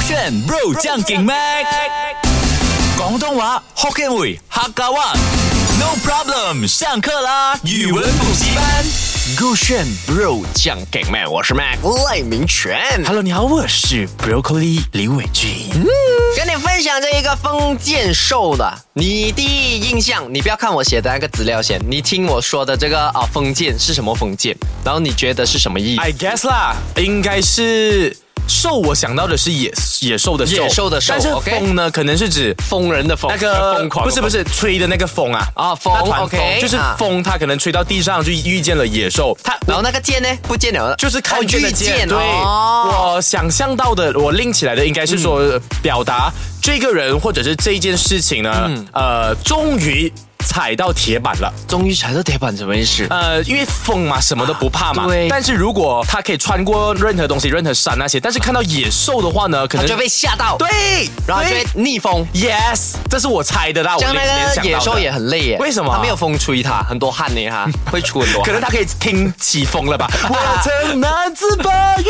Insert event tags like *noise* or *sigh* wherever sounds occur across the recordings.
选 Bro 将劲 Mac，广东话 Hokkien 语客家话。No problem，上课啦！语文补习班。勾选 bro 酱给麦，我是 Mac 赖明全。 Hello，你好，我是 Broccoli 李伟俊。跟你分享这一个封建兽的，你第一印象，你不要看我写的那个资料先，你听我说的这个啊封建是什么封建，然后你觉得是什么意思？ I guess 啦，应该是兽。我想到的是野野兽的兽，野兽的兽但是 OK 风呢，可能是指疯人的疯，那个疯狂不的是疯不是吹的那个风啊啊风那团 OK，就是啊风，它可能吹到地上就遇见了野兽，它然后那个剑呢？不见了，就是看见的哦遇见对，哦嗯我想象到的，我拎起来的应该是说，表达这个人或者是这一件事情呢，嗯呃，终于踩到铁板了。终于踩到铁板，什么意思？呃，因为风嘛，什么都不怕嘛。啊对但是如果他可以穿过任何东西、任何山那些，但是看到野兽的话呢，可他能就被吓到，，对，然后就对会逆风。 yes，这是我猜的啦，我像那联想个到野兽的也很累耶，为什么他没有风吹他，很多汗呢，哈，会出 *laughs* 很多汗。可能他可以听起风 *laughs* 了吧？我曾难自拔 *laughs* 于，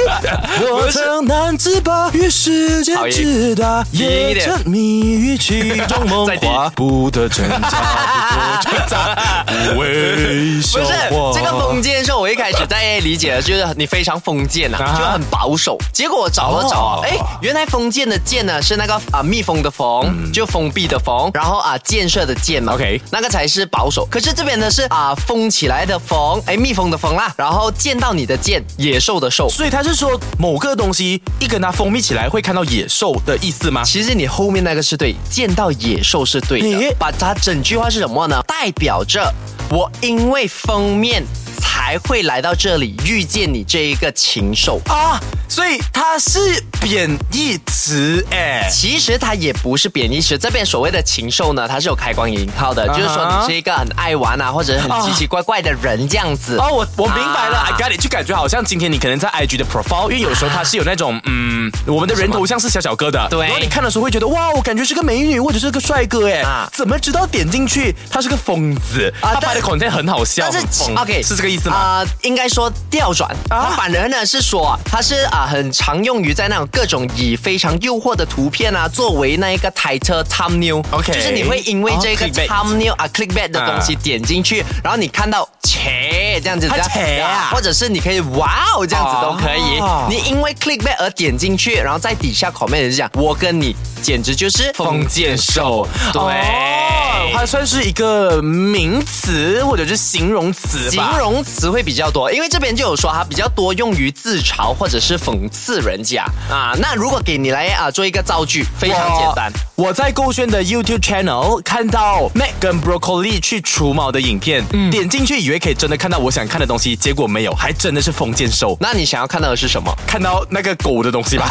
我曾难自拔于世界之大，音一也点沉迷于其中 *laughs* 梦再低华，不得挣扎，不得挣扎， *laughs* 不为不生是活。这个封建兽，我一开始在理解的就是你非常封建呐、啊哈就很保守。结果我找了找啊哦，哎、原来封建的建呢是那个啊密封的封，就封闭的封，然后啊建设的建嘛 OK 那个才是保守。可是这边呢是啊封起来的封，哎密封的封啦，然后见到你的见，野兽的兽。所以他是说某个东西一跟它封闭起来会看到野兽的意思吗？其实你后面那个是对，见到野兽是对诶的。把它整句话是什么呢？代表着我因为封面才会来到这里，遇见你这一个禽兽。啊，所以它是贬义词哎。其实它也不是贬义词，这边所谓的禽兽呢，它是有开关引号的，就是说你是一个很爱玩啊，或者很奇奇怪怪的人这样子。哦，我我明白了、啊 i got it，就感觉好像今天你可能在 IG 的 profile，因为有时候它是有那种、嗯，我们的人头像是小小哥的，对然后你看的时候会觉得哇，我感觉是个美女或者是个帅哥哎、啊怎么知道点进去他是个疯子？啊他拍但的 content 很好笑，但是很疯 OK 是这个意思吗？啊、应该说调转。啊它反而呢是说啊，它是啊、很常用于在那种各种以非常诱惑的图片啊作为那一个 title thumbnail。 OK 就是你会因为这个哦，clickbait thumbnail 啊 clickbait 的东西点进去，然后你看到切这样子它的，切啊或者是你可以哇哦这样子都可以。哦你因为 clickbait 而点进去，然后在底下 comment 是讲，我跟你简直就是封建兽，对哦它算是一个名词或者是形容词形吧。容词会比较多，因为这边就有说它比较多用于自嘲或者是讽刺人家啊。那如果给你来啊做一个造句，非常简单。我。我在勾轩的 YouTube channel 看到 Mac 跟 Broccoli 去除毛的影片，嗯点进去以为可以真的看到我想看的东西，结果没有，还真的是封建兽，那你想要看到的是什 *laughs* 么？看到那个狗的东西 *laughs* 吧，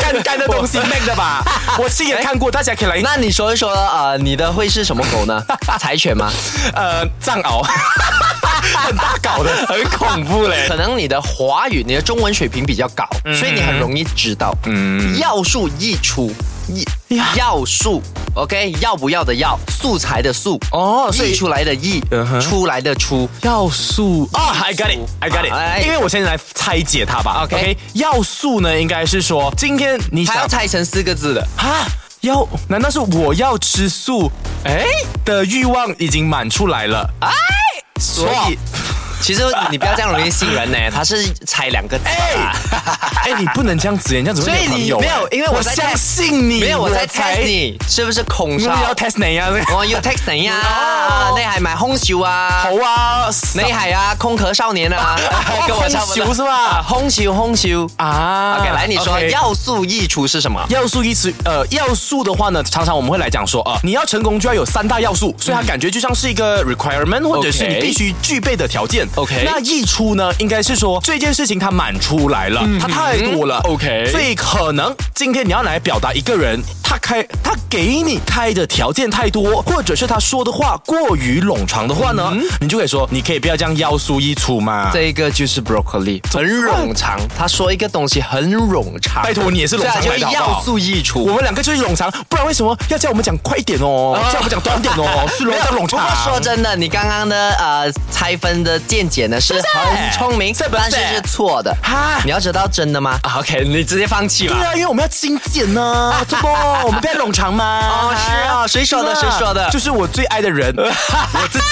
干干的东西 Mac 的吧，我亲眼看过，大家可以来那你说一说，呃，你的会是什么狗 *laughs* 呢？柴犬吗？呃藏獒， *laughs* 很大搞的，很恐怖嘞可。能你的华语、你的中文水平比较高，嗯所以你很容易知道。嗯，要素一出，一呀要素，OK，要不要的要，素材的素，哦所以溢出来的溢嗯，哼出来的出，要素啊、i got it，I got 啊来 it，因为我先来拆解它吧。 OK 要素呢，应该是说今天你它想要拆成四个字的。啊，要难道是我要吃素？哎，的欲望已经满出来了，哎，所以其实你不要这样容易信人呢，他是猜两个字 *laughs* 啊。哎，你不能这样子，人家怎么会所以有朋你友？没有哎因为我我在相 test- 信你，没有，我在 test 猜，你是不是空我少？要 test 你啊，我要 test 你啊哦！你系咪空少啊？好 *laughs* 啊，你系啊，空壳少年 *laughs* 啊，跟我差空不多少是吧啊空少，空少。嗯啊 OK，来你说 OK 要素溢出是什么？要素一词，呃，要素的话呢，常常我们会来讲说啊、你要成功就要有三大要素，所以它感觉就像是一个 requirement，或者是你 OK 必须具备的条件。 OK 那溢出呢，应该是说这件事情它满出来了，它太多了。嗯 OK 所以可能今天你要来表达一个人，他开他给你开的条件太多，或者是他说的话过于冗长的话嗯呢，你就可以说你可以不要这样妖酥一出嘛。这一个就是 broccoli，很冗长。他说一个东西很冗长，拜托你也是冗长对啊来的就好不好要素溢出。我们两个就是冗长，不然为什么要叫我们讲快一点哦？叫我们讲短一点哦？是咯，啊 *laughs* 没有叫冗长。不过说真的，你刚刚的呃拆分的见解呢是很聪明，是不是但是是错的。哈你要知道真的吗、o k 啊你直接放弃吧对。啊，因为我们要精简呢、这 *laughs* 不，我们不要冗长嘛。哦是啊谁说的对谁说的就是我最爱的 *laughs* 人，我自己。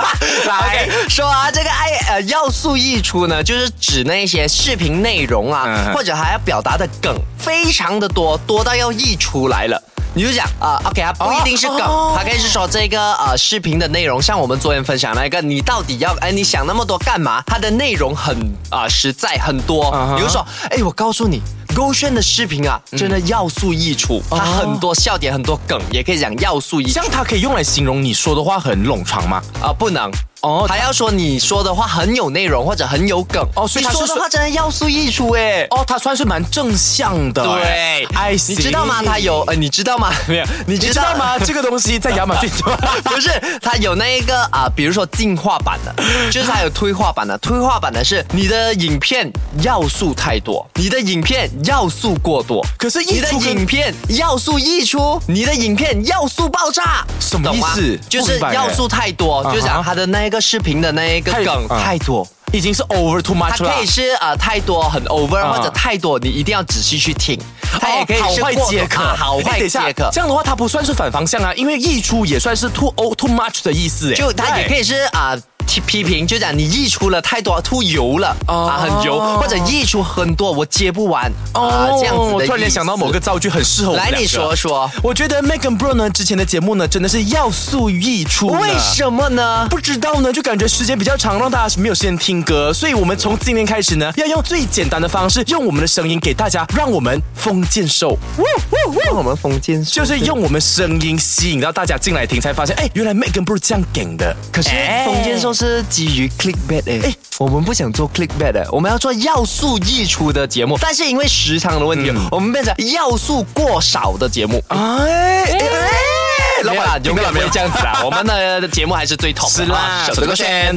来说啊，这个爱呃要素溢出呢，就是指那些视频内容啊，嗯或者还要表达的梗，非常的多，多到要溢出来了。你就讲啊、o k 啊，不一定是梗，哦它可以是说这个呃视频的内容，像我们昨天分享那个，你到底要哎你想那么多干嘛？它的内容很啊、实在很多嗯哼比如说哎我告诉你。勾炫的视频啊，真的要素溢出，它很多笑点，很多梗，也可以讲要素溢出这。样它可以用来形容你说的话很冗长吗？啊，不能。哦哦，还要说你说的话很有内容或者很有梗哦所以你他是说的说话真的要素溢出哎。哦，它算是蛮正向的。对爱你知道吗？他有呃，你知道吗？没有， *laughs* 你你知知道道？吗？这个东西在亚马逊上不是，他有那一个啊、比如说进化版 *laughs* 的，就是他有退化版的。退化版的是你的影片要素太多，你的影片要素过多，可是溢你的出跟影片要素溢出，你的影片要素爆炸，什么懂吗意思就不是明白欸要素太多，就是啊哈讲他的那一个视频的那一个太梗啊太多。 *laughs* 已经是 over too 它 much 了可。以是呃太多很 over，、啊或者太多你一定要仔细去听。哦它也可以哦好是坏过皆可，啊好哎坏等一下皆可。这样的话，它不算是反方向啊，因为溢出也算是 too o too much 的意思哎。就它也可以以是啊。批批评就讲你溢出了太多，吐油了、哦啊，很油，或者溢出很多，我接不完、啊，这样子的我哦突然意间思想到某个，造句很适合我们来两你个说说，我觉得 Megan Bro 呢之前的节目呢真的是要素溢出呢，为什么呢？不知道呢，就感觉时间比较长，让大家没有时间听歌，所以我们从今天开始呢，要用最简单的方式，用我们的声音给大家，让我们封建兽，让我们封建就就是用我们声音吸引到大家进来听，才发现，哎，原来 Megan Bro 这样梗的。可是哎封建说是基于 clickbait 哎、哎我们不想做 clickbait 哎、我们要做要素溢出的节目，但是因为时长的问题，嗯我们变成要素过少的节目。哎哎哎，老老板板永远不会这啊样。样子啦，我们的节目还是最 top 的是啦啊，手这个圈。